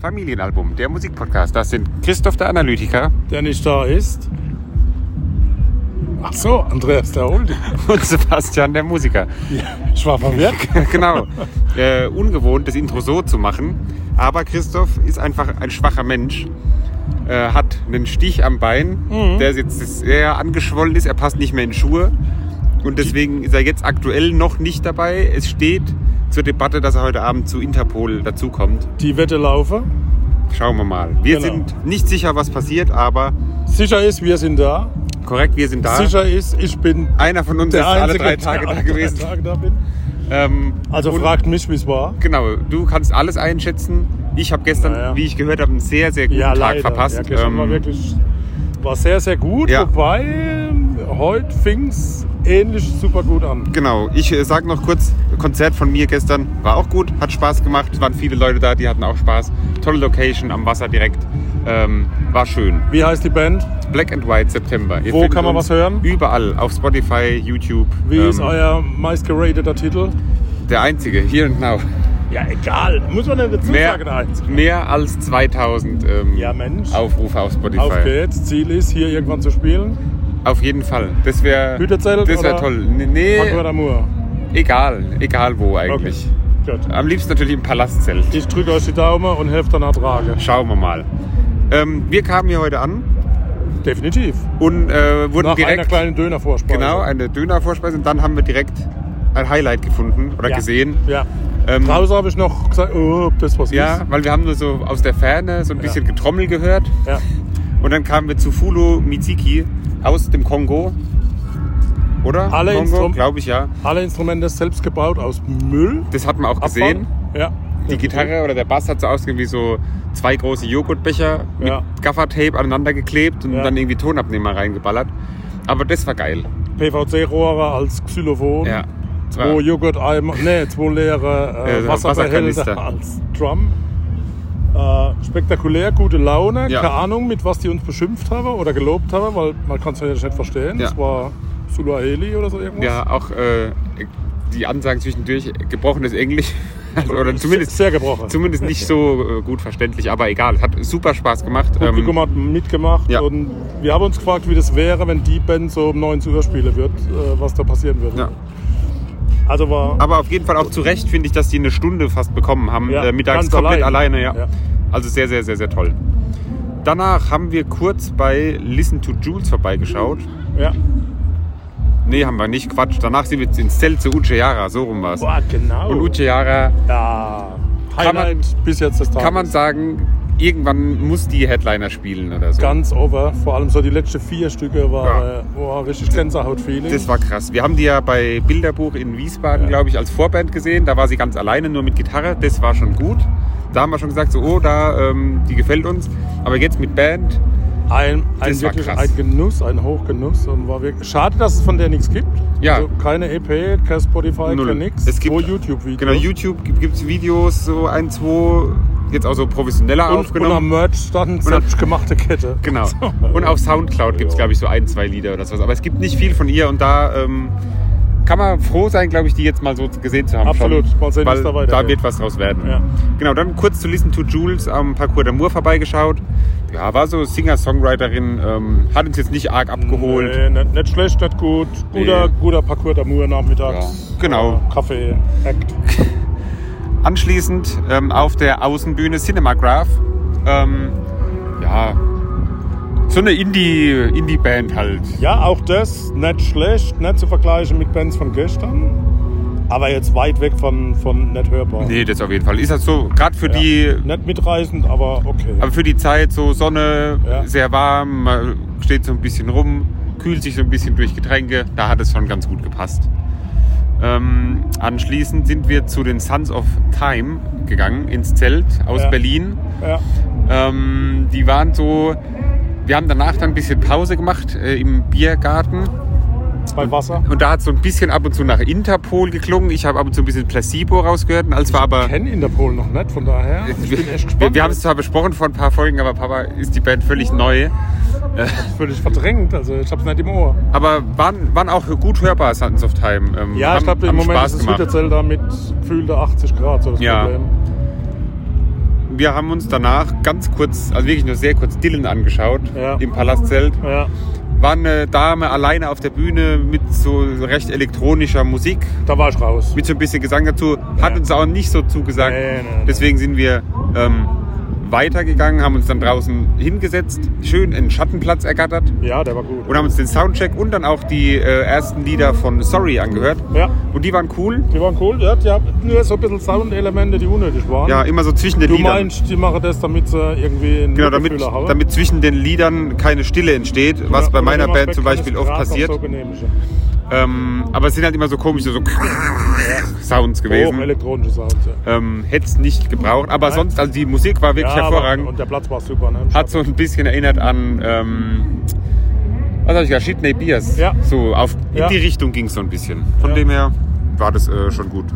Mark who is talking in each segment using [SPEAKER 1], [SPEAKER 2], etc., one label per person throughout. [SPEAKER 1] Familienalbum, der Musikpodcast. Das sind Christoph der Analytiker
[SPEAKER 2] der nicht da ist. Ach so, Andreas der Holding.
[SPEAKER 1] und Sebastian der Musiker.
[SPEAKER 2] Ich war verwirrt.
[SPEAKER 1] genau. Äh, ungewohnt, das Intro so zu machen. Aber Christoph ist einfach ein schwacher Mensch. Äh, hat einen Stich am Bein,
[SPEAKER 2] Mhm.
[SPEAKER 1] der jetzt sehr angeschwollen ist. Er passt nicht mehr in Schuhe. Und deswegen ist er jetzt aktuell noch nicht dabei. Es steht zur Debatte, dass er heute Abend zu Interpol dazukommt.
[SPEAKER 2] Die Wette laufe.
[SPEAKER 1] Schauen wir mal. Wir
[SPEAKER 2] Genau.
[SPEAKER 1] sind nicht sicher, was passiert, aber
[SPEAKER 2] Sicher ist, wir sind da.
[SPEAKER 1] korrekt, wir sind da.
[SPEAKER 2] Sicher ist, ich bin
[SPEAKER 1] Einer von uns
[SPEAKER 2] der
[SPEAKER 1] ist
[SPEAKER 2] Einzige,
[SPEAKER 1] alle drei
[SPEAKER 2] der
[SPEAKER 1] Tage
[SPEAKER 2] alle
[SPEAKER 1] da
[SPEAKER 2] drei
[SPEAKER 1] gewesen.
[SPEAKER 2] Tage da bin.
[SPEAKER 1] Ähm,
[SPEAKER 2] Also
[SPEAKER 1] und-
[SPEAKER 2] fragt mich, wie es war.
[SPEAKER 1] Genau, du kannst alles einschätzen. Ich habe gestern,
[SPEAKER 2] Naja.
[SPEAKER 1] wie ich gehört habe, einen sehr, sehr guten
[SPEAKER 2] Ja,
[SPEAKER 1] Tag
[SPEAKER 2] leider.
[SPEAKER 1] verpasst.
[SPEAKER 2] Ja, gestern
[SPEAKER 1] Ähm,
[SPEAKER 2] war wirklich war sehr, sehr gut.
[SPEAKER 1] Ja.
[SPEAKER 2] Wobei, ähm, heute fing es ähnlich super gut an.
[SPEAKER 1] genau, ich äh, sag noch kurz, Konzert von mir gestern war auch gut, hat Spaß gemacht. Es waren viele Leute da, die hatten auch Spaß. Tolle Location am Wasser direkt. Ähm, war schön.
[SPEAKER 2] Wie heißt die Band?
[SPEAKER 1] Black and White September. Ihr
[SPEAKER 2] Wo
[SPEAKER 1] findet
[SPEAKER 2] kann man
[SPEAKER 1] uns
[SPEAKER 2] was hören?
[SPEAKER 1] Überall. Auf Spotify, YouTube.
[SPEAKER 2] Wie
[SPEAKER 1] ähm,
[SPEAKER 2] ist euer meistgerateter Titel?
[SPEAKER 1] Der einzige, hier und now.
[SPEAKER 2] Ja, egal. Muss man denn dazu
[SPEAKER 1] Mehr,
[SPEAKER 2] sagen? Eins.
[SPEAKER 1] mehr als 2000 ähm,
[SPEAKER 2] Ja, Mensch.
[SPEAKER 1] Aufrufe auf Spotify.
[SPEAKER 2] Auf geht's. Ziel ist, hier irgendwann zu spielen.
[SPEAKER 1] Auf jeden Fall. Das wäre
[SPEAKER 2] Hütezelt
[SPEAKER 1] das wär
[SPEAKER 2] oder-
[SPEAKER 1] toll. Nee, nee
[SPEAKER 2] Frankfurt am Mur.
[SPEAKER 1] egal. Egal wo eigentlich.
[SPEAKER 2] Wirklich. Gut.
[SPEAKER 1] Am liebsten natürlich im Palastzelt.
[SPEAKER 2] Ich drücke euch die Daumen und helft dann Trage.
[SPEAKER 1] Schauen wir mal. Ähm, wir kamen hier heute an
[SPEAKER 2] Definitiv.
[SPEAKER 1] und äh, wurden
[SPEAKER 2] Nach einer
[SPEAKER 1] direkt
[SPEAKER 2] kleinen Dönervorspeise.
[SPEAKER 1] genau eine Dönervorspeise und dann haben wir direkt ein Highlight gefunden oder
[SPEAKER 2] ja.
[SPEAKER 1] gesehen.
[SPEAKER 2] Ja.
[SPEAKER 1] Ähm,
[SPEAKER 2] Draußen habe ich noch gesagt, oh, ob das was
[SPEAKER 1] ja,
[SPEAKER 2] ist.
[SPEAKER 1] weil wir haben nur so aus der Ferne so ein bisschen Getrommel gehört
[SPEAKER 2] Ja.
[SPEAKER 1] und dann kamen wir zu Fulu Miziki aus dem Kongo. Oder?
[SPEAKER 2] Alle
[SPEAKER 1] Kongo,
[SPEAKER 2] Instrum-
[SPEAKER 1] glaube ich ja.
[SPEAKER 2] Alle Instrumente selbst gebaut aus Müll.
[SPEAKER 1] Das hat man auch
[SPEAKER 2] Abfall.
[SPEAKER 1] gesehen.
[SPEAKER 2] Ja.
[SPEAKER 1] Die Gitarre oder der Bass hat so ausgesehen wie so zwei große Joghurtbecher mit
[SPEAKER 2] Ja.
[SPEAKER 1] Gaffertape aneinander geklebt und
[SPEAKER 2] Ja.
[SPEAKER 1] dann irgendwie Tonabnehmer reingeballert. Aber das war geil.
[SPEAKER 2] PVC-Rohre als Xylophon.
[SPEAKER 1] Ja.
[SPEAKER 2] Zwei Joghurt-Eimer, nee, zwei leere äh,
[SPEAKER 1] Äh,
[SPEAKER 2] Wasserbehälter
[SPEAKER 1] Wasserkanister.
[SPEAKER 2] als Drum. Äh, spektakulär, gute Laune.
[SPEAKER 1] Ja.
[SPEAKER 2] Keine Ahnung, mit was die uns beschimpft haben oder gelobt haben, weil man kann es ja nicht verstehen.
[SPEAKER 1] Ja.
[SPEAKER 2] Das war Suluaheli oder so irgendwas.
[SPEAKER 1] ja, auch äh, die Ansagen zwischendurch, gebrochenes Englisch. Also, oder zumindest,
[SPEAKER 2] Sehr gebrochen.
[SPEAKER 1] zumindest nicht so äh, gut verständlich, aber egal. Hat super Spaß gemacht.
[SPEAKER 2] Das Publikum hat mitgemacht
[SPEAKER 1] ähm, ja.
[SPEAKER 2] und wir haben uns gefragt, wie das wäre, wenn die Band so um 19 Uhr spielen wird, äh, was da passieren würde.
[SPEAKER 1] ja.
[SPEAKER 2] Also war
[SPEAKER 1] Aber auf jeden Fall auch zu Recht finde ich, dass die eine Stunde fast bekommen haben.
[SPEAKER 2] Ja,
[SPEAKER 1] äh, mittags
[SPEAKER 2] ganz
[SPEAKER 1] komplett
[SPEAKER 2] allein.
[SPEAKER 1] alleine, ja.
[SPEAKER 2] Ja.
[SPEAKER 1] Also sehr, sehr, sehr, sehr toll. Danach haben wir kurz bei Listen to Jules vorbeigeschaut.
[SPEAKER 2] ja.
[SPEAKER 1] Nee, haben wir nicht. Quatsch. Danach sind wir jetzt ins Zelt zu Uche Yara. So rum war's.
[SPEAKER 2] Boah, genau.
[SPEAKER 1] Und Uche Yara,
[SPEAKER 2] ja.
[SPEAKER 1] Kann man-
[SPEAKER 2] Highlight bis jetzt das Tages.
[SPEAKER 1] kann man sagen, irgendwann muss die Headliner spielen oder so.
[SPEAKER 2] Ganz over. Vor allem so die letzten vier Stücke war äh, boah, richtig Gänsehaut-Feeling.
[SPEAKER 1] Das war krass. Wir haben die ja bei Bilderbuch in Wiesbaden,
[SPEAKER 2] Ja.
[SPEAKER 1] glaube ich, als Vorband gesehen. Da war sie ganz alleine, nur mit Gitarre. Das war schon gut. Da haben wir schon gesagt, so, oh, da, ähm, die gefällt uns. Aber jetzt mit Band,
[SPEAKER 2] ein, ein,
[SPEAKER 1] das war
[SPEAKER 2] wirklich
[SPEAKER 1] krass.
[SPEAKER 2] ein Genuss, ein Hochgenuss. Und war wirklich, schade, dass es von der nichts gibt.
[SPEAKER 1] Ja.
[SPEAKER 2] Also keine EP, kein Spotify, kein nix.
[SPEAKER 1] Es gibt
[SPEAKER 2] Nur YouTube-Videos.
[SPEAKER 1] Genau, YouTube gibt es Videos, so ein, zwei, jetzt auch so professioneller
[SPEAKER 2] und, und
[SPEAKER 1] aufgenommen.
[SPEAKER 2] am Merch stand
[SPEAKER 1] Und am-
[SPEAKER 2] selbstgemachte Kette.
[SPEAKER 1] Genau.
[SPEAKER 2] So.
[SPEAKER 1] Und auf Soundcloud gibt es, glaube ich, so ein, zwei Lieder oder sowas. Aber es gibt nicht viel von ihr und da ähm, kann man froh sein, glaube ich, die jetzt mal so gesehen zu haben.
[SPEAKER 2] Absolut.
[SPEAKER 1] Schon,
[SPEAKER 2] Mal sehen,
[SPEAKER 1] weil
[SPEAKER 2] was da
[SPEAKER 1] da,
[SPEAKER 2] weitergeht.
[SPEAKER 1] wird was draus werden.
[SPEAKER 2] Ja.
[SPEAKER 1] Genau, dann kurz zu Listen to Jules am Parcours d'Amour vorbeigeschaut. Ja, war so Singer-Songwriterin, ähm, hat uns jetzt nicht arg abgeholt.
[SPEAKER 2] Nee, nicht, nicht schlecht, nicht gut. Guter,
[SPEAKER 1] Nee.
[SPEAKER 2] guter Parcours d'Amour nachmittags.
[SPEAKER 1] Ja, genau.
[SPEAKER 2] Äh, Kaffee, Act.
[SPEAKER 1] Anschließend ähm, auf der Außenbühne Cinemagraph. Ähm, ja, so eine Indie- Indie-Band halt.
[SPEAKER 2] Ja, auch das nicht schlecht, nicht zu vergleichen mit Bands von gestern, aber jetzt weit weg von, von nicht hörbar.
[SPEAKER 1] Nee, das auf jeden Fall. Ist das so, gerade für
[SPEAKER 2] Ja,
[SPEAKER 1] die
[SPEAKER 2] Nicht mitreißend, aber okay.
[SPEAKER 1] Aber für die Zeit so Sonne,
[SPEAKER 2] Ja.
[SPEAKER 1] sehr warm, man steht so ein bisschen rum, kühlt sich so ein bisschen durch Getränke, da hat es schon ganz gut gepasst. Ähm, anschließend sind wir zu den Sons of Time gegangen, ins Zelt aus
[SPEAKER 2] Ja.
[SPEAKER 1] Berlin.
[SPEAKER 2] ja.
[SPEAKER 1] Ähm, die waren so, wir haben danach dann ein bisschen Pause gemacht äh, im Biergarten
[SPEAKER 2] Bei Wasser.
[SPEAKER 1] und da hat es so ein bisschen ab und zu nach Interpol geklungen. Ich habe ab und zu ein bisschen Placebo rausgehört und als war aber...
[SPEAKER 2] Ich kenne Interpol noch nicht, von daher. Ich bin echt
[SPEAKER 1] wir
[SPEAKER 2] gespannt.
[SPEAKER 1] wir haben es zwar besprochen vor ein paar Folgen, aber Papa ist die Band völlig neu.
[SPEAKER 2] völlig verdrängt, also ich hab's nicht im Ohr.
[SPEAKER 1] Aber waren, waren auch gut hörbar, Sons of Time. Ähm,
[SPEAKER 2] Ja, ich
[SPEAKER 1] haben-
[SPEAKER 2] glaube, im
[SPEAKER 1] haben
[SPEAKER 2] Moment
[SPEAKER 1] Spaß
[SPEAKER 2] ist es
[SPEAKER 1] gemacht.
[SPEAKER 2] Hütterzelda mit gefühlter 80 Grad, so das
[SPEAKER 1] Ja.
[SPEAKER 2] Problem.
[SPEAKER 1] wir haben uns danach ganz kurz, also wirklich nur sehr kurz, Dylan angeschaut
[SPEAKER 2] Ja.
[SPEAKER 1] im Palastzelt.
[SPEAKER 2] Ja.
[SPEAKER 1] War eine Dame alleine auf der Bühne mit so recht elektronischer Musik,
[SPEAKER 2] Da war ich raus.
[SPEAKER 1] mit so ein bisschen Gesang dazu. Hat
[SPEAKER 2] Ja.
[SPEAKER 1] uns auch nicht so zugesagt.
[SPEAKER 2] Nee, nee, nee.
[SPEAKER 1] Deswegen sind wir ähm, weitergegangen, haben uns dann draußen hingesetzt, schön einen Schattenplatz ergattert
[SPEAKER 2] Ja, der war gut.
[SPEAKER 1] und haben uns den Soundcheck und dann auch die äh, ersten Lieder von Sorry angehört.
[SPEAKER 2] Ja.
[SPEAKER 1] Und die waren cool.
[SPEAKER 2] Die waren cool. Ja, die haben nur so ein bisschen Soundelemente, die unnötig waren.
[SPEAKER 1] Ja, immer so zwischen den
[SPEAKER 2] du
[SPEAKER 1] Liedern.
[SPEAKER 2] meinst, die machen das, damit sie irgendwie einen
[SPEAKER 1] Genau, damit,
[SPEAKER 2] Lückenfüller haben?
[SPEAKER 1] damit zwischen den Liedern keine Stille entsteht, was bei
[SPEAKER 2] Oder
[SPEAKER 1] meiner
[SPEAKER 2] jemand
[SPEAKER 1] Band zum
[SPEAKER 2] kann es
[SPEAKER 1] Beispiel oft
[SPEAKER 2] gerade noch
[SPEAKER 1] passiert.
[SPEAKER 2] So genehmigen.
[SPEAKER 1] Ähm, aber es sind halt immer so komische so Sounds
[SPEAKER 2] Hoch
[SPEAKER 1] gewesen.
[SPEAKER 2] elektronische Sounds. ja.
[SPEAKER 1] Ähm, Hätte es nicht gebraucht. Aber
[SPEAKER 2] Nein.
[SPEAKER 1] sonst, also die Musik war wirklich
[SPEAKER 2] Ja, aber-
[SPEAKER 1] hervorragend.
[SPEAKER 2] Und der Platz war super. Ne?
[SPEAKER 1] Hat so ein bisschen erinnert an, ähm, was habe ich gesagt, Sidney Beers.
[SPEAKER 2] Ja.
[SPEAKER 1] So auf, in
[SPEAKER 2] Ja.
[SPEAKER 1] die Richtung ging es so ein bisschen. Von
[SPEAKER 2] Ja.
[SPEAKER 1] dem her war das äh, schon gut.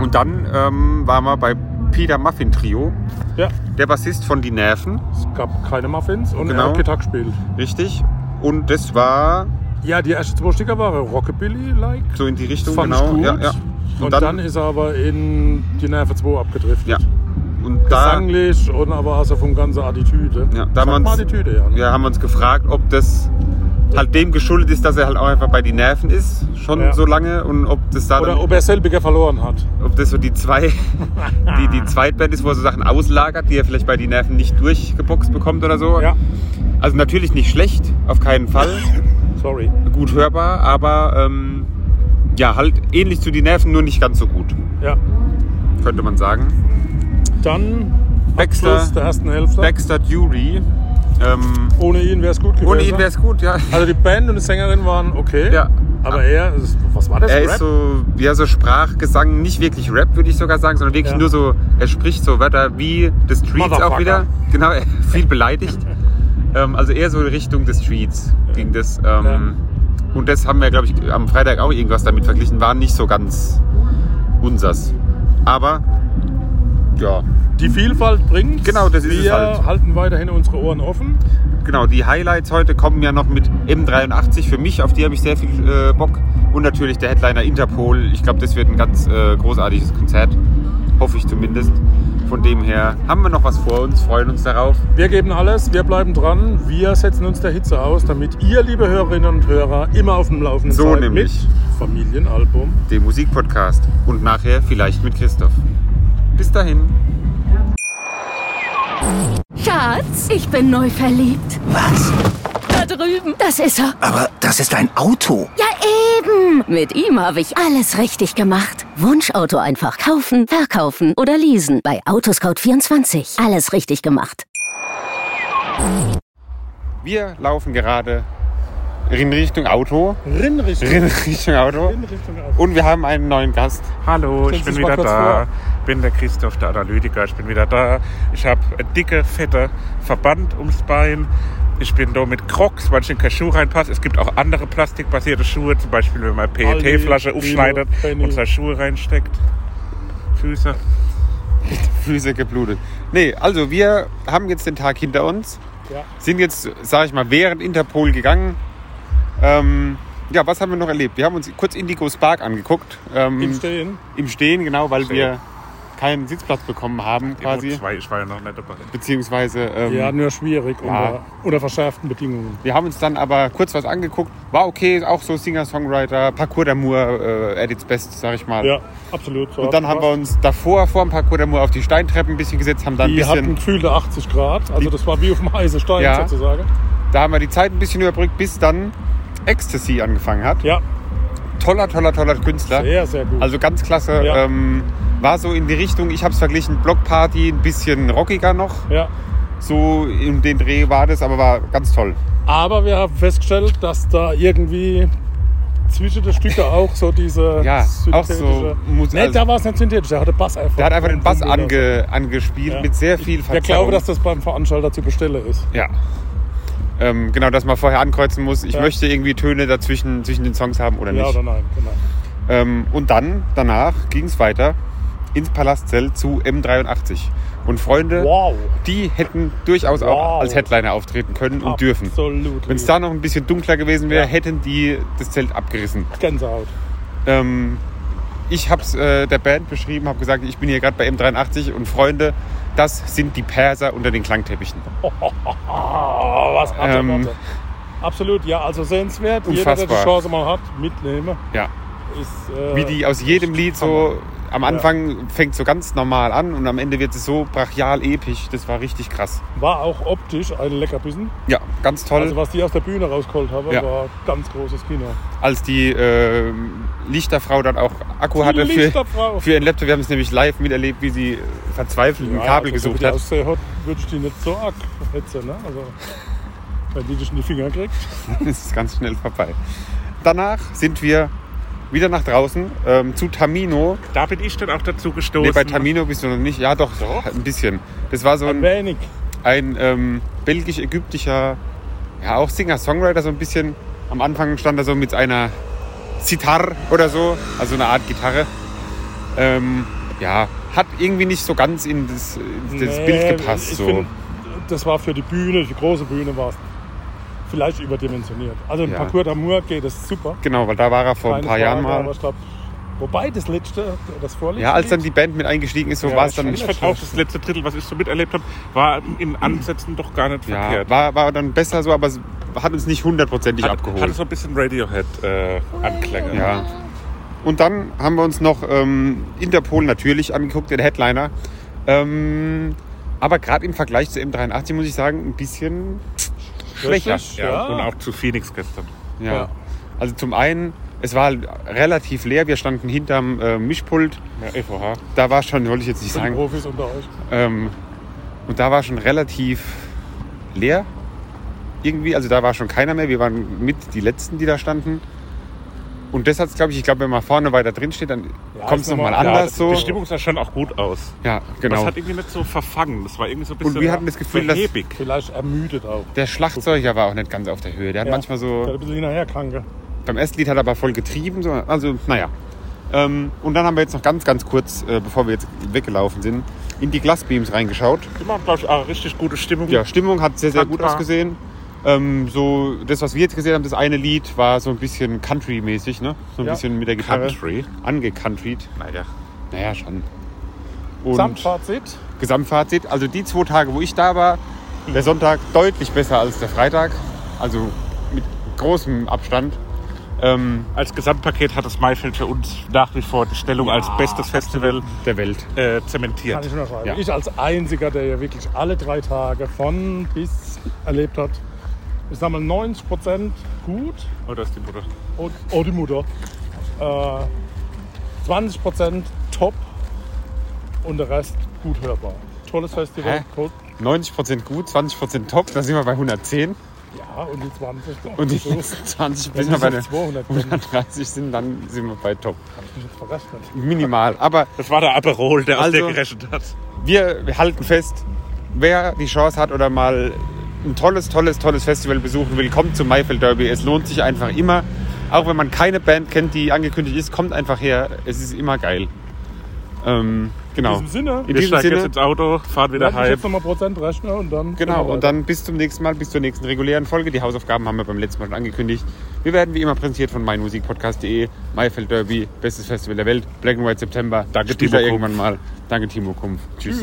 [SPEAKER 1] Und dann ähm, waren wir bei Peter Muffin Trio,
[SPEAKER 2] Ja,
[SPEAKER 1] der Bassist von Die Nerven,
[SPEAKER 2] es gab keine Muffins und
[SPEAKER 1] Genau.
[SPEAKER 2] er hat Gitarre gespielt.
[SPEAKER 1] richtig. Und das war
[SPEAKER 2] Ja, die ersten zwei Stücker waren Rockabilly-like.
[SPEAKER 1] so in die Richtung,
[SPEAKER 2] Das fand
[SPEAKER 1] genau.
[SPEAKER 2] ich gut.
[SPEAKER 1] Ja, ja.
[SPEAKER 2] Und, dann, ist er aber in die Nerve 2 abgedriftet.
[SPEAKER 1] ja. Und da
[SPEAKER 2] Gesanglich und aber also vom ganzen Attitüde.
[SPEAKER 1] Ja, da
[SPEAKER 2] Sag
[SPEAKER 1] man's-
[SPEAKER 2] mal Attitüde, ja. Ne?
[SPEAKER 1] ja, haben wir uns gefragt, ob das halt dem geschuldet ist, dass er halt auch einfach bei die Nerven ist, schon
[SPEAKER 2] Ja.
[SPEAKER 1] so lange und ob das da dann,
[SPEAKER 2] Oder ob er selbiger verloren hat.
[SPEAKER 1] ob das so die zwei, die, die Zweitband ist, wo er so Sachen auslagert, die er vielleicht bei die Nerven nicht durchgeboxt bekommt oder so.
[SPEAKER 2] Ja,
[SPEAKER 1] Also natürlich nicht schlecht, auf keinen Fall,
[SPEAKER 2] sorry.
[SPEAKER 1] gut hörbar, aber ähm, ja, halt ähnlich zu die Nerven, nur nicht ganz so gut,
[SPEAKER 2] Ja.
[SPEAKER 1] könnte man sagen.
[SPEAKER 2] Dann
[SPEAKER 1] Baxter-
[SPEAKER 2] Abschluss der ersten Hälfte.
[SPEAKER 1] Baxter Dury, ähm,
[SPEAKER 2] Ohne ihn wäre es gut gewesen.
[SPEAKER 1] ohne ihn wäre es gut, ja.
[SPEAKER 2] also die Band und die Sängerin waren okay.
[SPEAKER 1] Ja.
[SPEAKER 2] Aber er, ist- was war das?
[SPEAKER 1] Er
[SPEAKER 2] Rap?
[SPEAKER 1] ist so, ja, so Sprachgesang, nicht wirklich Rap, würde ich sogar sagen, sondern wirklich
[SPEAKER 2] Ja.
[SPEAKER 1] nur so, er spricht so Wörter wie The Streets auch
[SPEAKER 2] Motherfucker.
[SPEAKER 1] wieder. Genau, er- viel beleidigt. ähm, also eher so in Richtung The Streets ging das. Ähm, Und das haben wir, glaube ich, am Freitag auch irgendwas damit verglichen, war nicht so ganz unsers. Aber, ja,
[SPEAKER 2] die Vielfalt bringt.
[SPEAKER 1] Genau, das ist es
[SPEAKER 2] Wir
[SPEAKER 1] halt.
[SPEAKER 2] halten weiterhin unsere Ohren offen.
[SPEAKER 1] genau, die Highlights heute kommen ja noch mit M83 für mich, auf die habe ich sehr viel äh, Bock. Und natürlich der Headliner Interpol. Ich glaube, das wird ein ganz äh, großartiges Konzert. Hoffe ich zumindest. Von dem her haben wir noch was vor uns, freuen uns darauf.
[SPEAKER 2] Wir geben alles, wir bleiben dran, wir setzen uns der Hitze aus, damit ihr, liebe Hörerinnen und Hörer, immer auf dem Laufenden
[SPEAKER 1] So
[SPEAKER 2] seid
[SPEAKER 1] nämlich.
[SPEAKER 2] mit Familienalbum.
[SPEAKER 1] Den Musikpodcast und nachher vielleicht mit Christoph. Bis dahin.
[SPEAKER 3] Schatz, ich bin neu verliebt.
[SPEAKER 4] Was?
[SPEAKER 3] Da drüben. Das ist er.
[SPEAKER 4] Aber das ist ein Auto.
[SPEAKER 3] Ja, eben. Mit ihm habe ich alles richtig gemacht. Wunschauto einfach kaufen, verkaufen oder leasen. Bei Autoscout24. Alles richtig gemacht.
[SPEAKER 1] Wir laufen gerade in Richtung Auto.
[SPEAKER 2] Rinnrichtung.
[SPEAKER 1] In Richtung Auto. Und wir haben einen neuen Gast.
[SPEAKER 5] Hallo, ich
[SPEAKER 2] Stellen
[SPEAKER 5] bin
[SPEAKER 2] Sie sich mal
[SPEAKER 5] wieder
[SPEAKER 2] kurz
[SPEAKER 5] da. Bin der Christoph, der Analytiker. Ich bin wieder da. Ich habe dicke, fette Verband ums Bein. Ich bin da mit Crocs, weil ich in keinen Schuh reinpasse. Es gibt auch andere plastikbasierte Schuhe, zum Beispiel wenn man eine PET-Flasche
[SPEAKER 2] Aldi,
[SPEAKER 5] aufschneidet
[SPEAKER 2] Lidl, Penny.
[SPEAKER 5] und seine Schuhe reinsteckt. Füße.
[SPEAKER 1] Füße geblutet. Nee, also wir haben jetzt den Tag hinter uns.
[SPEAKER 2] Ja.
[SPEAKER 1] Sind jetzt, sage ich mal, während Interpol gegangen. Ähm, ja, was haben wir noch erlebt? Wir haben uns kurz Indigo Spark angeguckt. Ähm,
[SPEAKER 2] Im Stehen.
[SPEAKER 1] Im Stehen, genau, weil
[SPEAKER 5] Stehen.
[SPEAKER 1] wir keinen Sitzplatz bekommen haben
[SPEAKER 5] Ja,
[SPEAKER 1] quasi.
[SPEAKER 5] gut, Zwei, ich war ja noch nicht dabei.
[SPEAKER 1] Beziehungsweise ähm,
[SPEAKER 2] Ja, nur schwierig
[SPEAKER 1] Ja.
[SPEAKER 2] unter, unter verschärften Bedingungen.
[SPEAKER 1] wir haben uns dann aber kurz was angeguckt. War okay, auch so Singer-Songwriter, Parcours d'Amour äh, at its best, sag ich mal.
[SPEAKER 2] Ja, absolut. So
[SPEAKER 1] Und dann haben wir uns davor, vor dem Parcours d'Amour, auf die Steintreppen ein bisschen gesetzt, haben dann ein
[SPEAKER 2] die hatten
[SPEAKER 1] bisschen
[SPEAKER 2] gefühlte 80 Grad, also das war wie auf dem heißen Stein
[SPEAKER 1] Ja.
[SPEAKER 2] sozusagen.
[SPEAKER 1] Da haben wir die Zeit ein bisschen überbrückt, bis dann Ecstasy angefangen hat.
[SPEAKER 2] Ja,
[SPEAKER 1] Toller, toller, toller Künstler.
[SPEAKER 2] sehr, sehr gut.
[SPEAKER 1] Also ganz klasse.
[SPEAKER 2] Ja.
[SPEAKER 1] Ähm, war so in die Richtung, ich habe es verglichen, Blockparty, ein bisschen rockiger noch.
[SPEAKER 2] ja.
[SPEAKER 1] So in den Dreh war das, aber war ganz toll.
[SPEAKER 2] Aber wir haben festgestellt, dass da irgendwie zwischen den Stücken auch so diese
[SPEAKER 1] Ja, auch so Mus-
[SPEAKER 2] nee,
[SPEAKER 1] also-
[SPEAKER 2] da war es nicht synthetisch, der hatte Bass einfach.
[SPEAKER 1] Der hat einfach den Bass
[SPEAKER 2] angehört.
[SPEAKER 1] ange, angespielt
[SPEAKER 2] Ja.
[SPEAKER 1] mit sehr viel
[SPEAKER 2] Ich glaube, dass das beim Veranstalter zu bestellen ist.
[SPEAKER 1] Ja. Ähm, genau, dass man vorher ankreuzen muss. Ich
[SPEAKER 2] Ja.
[SPEAKER 1] möchte irgendwie Töne dazwischen zwischen den Songs haben oder
[SPEAKER 2] Ja
[SPEAKER 1] nicht.
[SPEAKER 2] oder nein, genau.
[SPEAKER 1] Ähm, und dann, danach, ging es weiter ins Palastzelt zu M83. Und Freunde,
[SPEAKER 2] Wow.
[SPEAKER 1] die hätten durchaus auch
[SPEAKER 2] Wow.
[SPEAKER 1] als Headliner auftreten können und dürfen.
[SPEAKER 2] Absolut.
[SPEAKER 1] Wenn es da noch ein bisschen dunkler gewesen wäre,
[SPEAKER 2] Ja.
[SPEAKER 1] hätten die das Zelt abgerissen.
[SPEAKER 2] Gänsehaut.
[SPEAKER 1] Ähm, ich habe es äh, der Band beschrieben, habe gesagt, ich bin hier gerade bei M83 und Freunde, Das sind die Perser unter den Klangteppichen.
[SPEAKER 2] Ah, was hat er
[SPEAKER 1] Ähm.
[SPEAKER 2] Worte. Absolut, ja, also sehenswert. Jeder, der
[SPEAKER 1] Unfassbar.
[SPEAKER 2] die Chance mal hat, mitnehmen.
[SPEAKER 1] Ja.
[SPEAKER 2] Ist, äh,
[SPEAKER 1] Wie die aus jedem Lied so. Am Anfang fängt so ganz normal an und am Ende wird es so brachial episch. Das war richtig krass.
[SPEAKER 2] War auch optisch ein Leckerbissen.
[SPEAKER 1] Ja, ganz toll.
[SPEAKER 2] Also was die aus der Bühne rausgeholt haben,
[SPEAKER 1] Ja.
[SPEAKER 2] war ganz großes Kino.
[SPEAKER 1] als die ähm, Lichterfrau dann auch Akku hatte für,
[SPEAKER 2] Lichterfrau.
[SPEAKER 1] für ihren Laptop. Wir haben es nämlich live miterlebt, wie sie verzweifelt ein Kabel
[SPEAKER 2] also,
[SPEAKER 1] gesucht
[SPEAKER 2] wenn
[SPEAKER 1] hat.
[SPEAKER 2] die Aussehen hat, würde ich die nicht so arg hetzen, ne? Also, wenn die dich in die Finger kriegt.
[SPEAKER 1] es ist ganz schnell vorbei. Danach sind wir wieder nach draußen ähm, zu Tamino.
[SPEAKER 5] Da bin ich dann auch dazu gestoßen.
[SPEAKER 1] Nee, bei
[SPEAKER 2] ne?
[SPEAKER 1] Tamino bist du noch nicht. Ja, doch, ein bisschen. Das war so
[SPEAKER 2] Ein
[SPEAKER 1] ein,
[SPEAKER 2] wenig.
[SPEAKER 1] ein ähm, belgisch-ägyptischer, ja auch Singer-Songwriter so ein bisschen. Am Anfang stand er so mit einer Zitar oder so, also eine Art Gitarre. Ähm, ja, hat irgendwie nicht so ganz in das, in das
[SPEAKER 2] Nee,
[SPEAKER 1] Bild gepasst.
[SPEAKER 2] ich
[SPEAKER 1] So.
[SPEAKER 2] finde, das war für die Bühne, die große Bühne war es vielleicht überdimensioniert. Also im
[SPEAKER 1] Ja.
[SPEAKER 2] Parcours d'Amour geht es super.
[SPEAKER 1] genau, weil da war er vor ein
[SPEAKER 2] Keine
[SPEAKER 1] paar Jahren
[SPEAKER 2] Frage, Aber
[SPEAKER 1] mal.
[SPEAKER 2] ich glaub, wobei das letzte, das vorletzte.
[SPEAKER 1] Ja, als dann
[SPEAKER 2] Lied-
[SPEAKER 1] die Band mit eingestiegen ist, so
[SPEAKER 2] Ja,
[SPEAKER 1] war es
[SPEAKER 2] schon
[SPEAKER 1] dann.
[SPEAKER 5] Ich fand auch das letzte Drittel, was ich so miterlebt habe, war in Ansätzen doch gar nicht
[SPEAKER 1] Ja,
[SPEAKER 5] verkehrt.
[SPEAKER 1] war, war dann besser so, aber es hat uns nicht hundertprozentig
[SPEAKER 5] Hat- Hatte
[SPEAKER 1] abgeholt.
[SPEAKER 5] so ein bisschen äh, Radiohead-Anklänge.
[SPEAKER 1] Ja. Und dann haben wir uns noch ähm, Interpol natürlich angeguckt, den Headliner. Ähm, aber gerade im Vergleich zu M83 muss ich sagen, ein bisschen schwächer.
[SPEAKER 2] Richtig,
[SPEAKER 5] Ja,
[SPEAKER 2] ja.
[SPEAKER 5] Und auch zu Phoenix gestern.
[SPEAKER 1] Ja.
[SPEAKER 2] Ja.
[SPEAKER 1] Also zum einen, es war halt relativ leer. Wir standen hinterm äh, Mischpult.
[SPEAKER 5] Ja, EVH.
[SPEAKER 1] Da war schon, wollte ich jetzt nicht
[SPEAKER 2] Für die
[SPEAKER 1] sagen,
[SPEAKER 2] Profis unter euch.
[SPEAKER 1] ähm, und da war schon relativ leer irgendwie. Also da war schon keiner mehr. Wir waren mit die Letzten, die da standen. Und das hat's, glaube ich, ich glaube, wenn man vorne weiter drin steht, dann
[SPEAKER 2] Ja,
[SPEAKER 1] kommt's kommt es
[SPEAKER 2] ist nochmal-
[SPEAKER 1] nochmal
[SPEAKER 2] ja,
[SPEAKER 1] anders
[SPEAKER 5] Die
[SPEAKER 1] so.
[SPEAKER 5] Stimmung sah schon auch gut aus.
[SPEAKER 1] Ja,
[SPEAKER 5] Das
[SPEAKER 1] genau.
[SPEAKER 5] hat irgendwie nicht so verfangen. Das war irgendwie so ein bisschen
[SPEAKER 1] Und wir hatten das Gefühl, dass-
[SPEAKER 5] behäbig.
[SPEAKER 2] Vielleicht ermüdet auch.
[SPEAKER 1] Der Schlagzeuger war auch nicht ganz auf der Höhe. Der hat
[SPEAKER 2] Ja.
[SPEAKER 1] manchmal
[SPEAKER 2] Der hat
[SPEAKER 1] so,
[SPEAKER 2] ein bisschen hinterherkranke.
[SPEAKER 1] beim ersten Lied hat er aber voll getrieben. So, also, naja. Ähm, und dann haben wir jetzt noch ganz, ganz kurz, äh, bevor wir jetzt weggelaufen sind, in die Glasbeams reingeschaut.
[SPEAKER 5] Die machen, glaube ich, auch richtig gute Stimmung.
[SPEAKER 1] Ja, Stimmung hat sehr, sehr gut
[SPEAKER 5] Tantra.
[SPEAKER 1] ausgesehen. Ähm, so, das, was wir jetzt gesehen haben, das eine Lied war so ein bisschen Country-mäßig, ne? So ein
[SPEAKER 2] Ja.
[SPEAKER 1] bisschen mit der Gitarre.
[SPEAKER 5] Country.
[SPEAKER 1] Angecountried.
[SPEAKER 5] Naja.
[SPEAKER 1] Naja, schon. Und
[SPEAKER 2] Samt Fazit.
[SPEAKER 1] Gesamtfazit, also die zwei Tage, wo ich da war, der Sonntag deutlich besser als der Freitag. Also mit großem Abstand. Ähm,
[SPEAKER 5] Als Gesamtpaket hat das Maifeld für uns nach wie vor die Stellung als bestes Festival
[SPEAKER 1] der Welt.
[SPEAKER 5] äh,
[SPEAKER 2] Kann
[SPEAKER 5] zementiert.
[SPEAKER 2] ich nur schreiben.
[SPEAKER 1] Ja.
[SPEAKER 2] Ich als einziger, der ja wirklich alle drei Tage von bis erlebt hat. Ich sag mal 90 Prozent gut
[SPEAKER 5] Oh, da ist die Mutter.
[SPEAKER 2] und oh, die Mutter. Äh, 20 Prozent top und der Rest gut hörbar. Tolles Festival.
[SPEAKER 1] Hä?
[SPEAKER 2] Cool.
[SPEAKER 1] 90% gut, 20% top, da sind wir bei 110.
[SPEAKER 2] Ja, und die 20. doch.
[SPEAKER 1] Und die
[SPEAKER 2] So,
[SPEAKER 1] letzten 20
[SPEAKER 2] Wenn
[SPEAKER 1] sind Oh, wir
[SPEAKER 2] es
[SPEAKER 1] bei
[SPEAKER 2] auf
[SPEAKER 1] der
[SPEAKER 2] 200 kommt.
[SPEAKER 1] 130 sind, dann sind wir bei top.
[SPEAKER 2] hab ich mich jetzt verrechnet.
[SPEAKER 1] Minimal. Aber
[SPEAKER 5] Das war der Aperol, der
[SPEAKER 1] Also-
[SPEAKER 5] aus der gerechnet hat.
[SPEAKER 1] wir halten fest, wer die Chance hat oder mal ein tolles, tolles, tolles Festival besuchen will, kommt zum Maifeld Derby. Es lohnt sich einfach immer. Auch wenn man keine Band kennt, die angekündigt ist, kommt einfach her. Es ist immer geil. Ähm, genau.
[SPEAKER 2] In diesem Sinne,
[SPEAKER 1] In
[SPEAKER 5] Wir
[SPEAKER 1] diesem
[SPEAKER 5] steigen jetzt
[SPEAKER 1] Sinne.
[SPEAKER 5] ins Auto, fahren wieder
[SPEAKER 2] Lass mich
[SPEAKER 5] heim.
[SPEAKER 2] jetzt nochmal Prozent rechnen und dann.
[SPEAKER 1] Genau, und dann bis zum nächsten Mal, bis zur nächsten regulären Folge. Die Hausaufgaben haben wir beim letzten Mal schon angekündigt. Wir werden wie immer präsentiert von meinmusikpodcast.de, Maifeld Derby, bestes Festival der Welt, Black and White September.
[SPEAKER 5] Danke,
[SPEAKER 1] Spielt
[SPEAKER 5] Timo
[SPEAKER 1] er
[SPEAKER 5] Kumpf.
[SPEAKER 1] irgendwann mal. Danke, Timo Kumpf. Tschüss.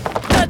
[SPEAKER 3] Da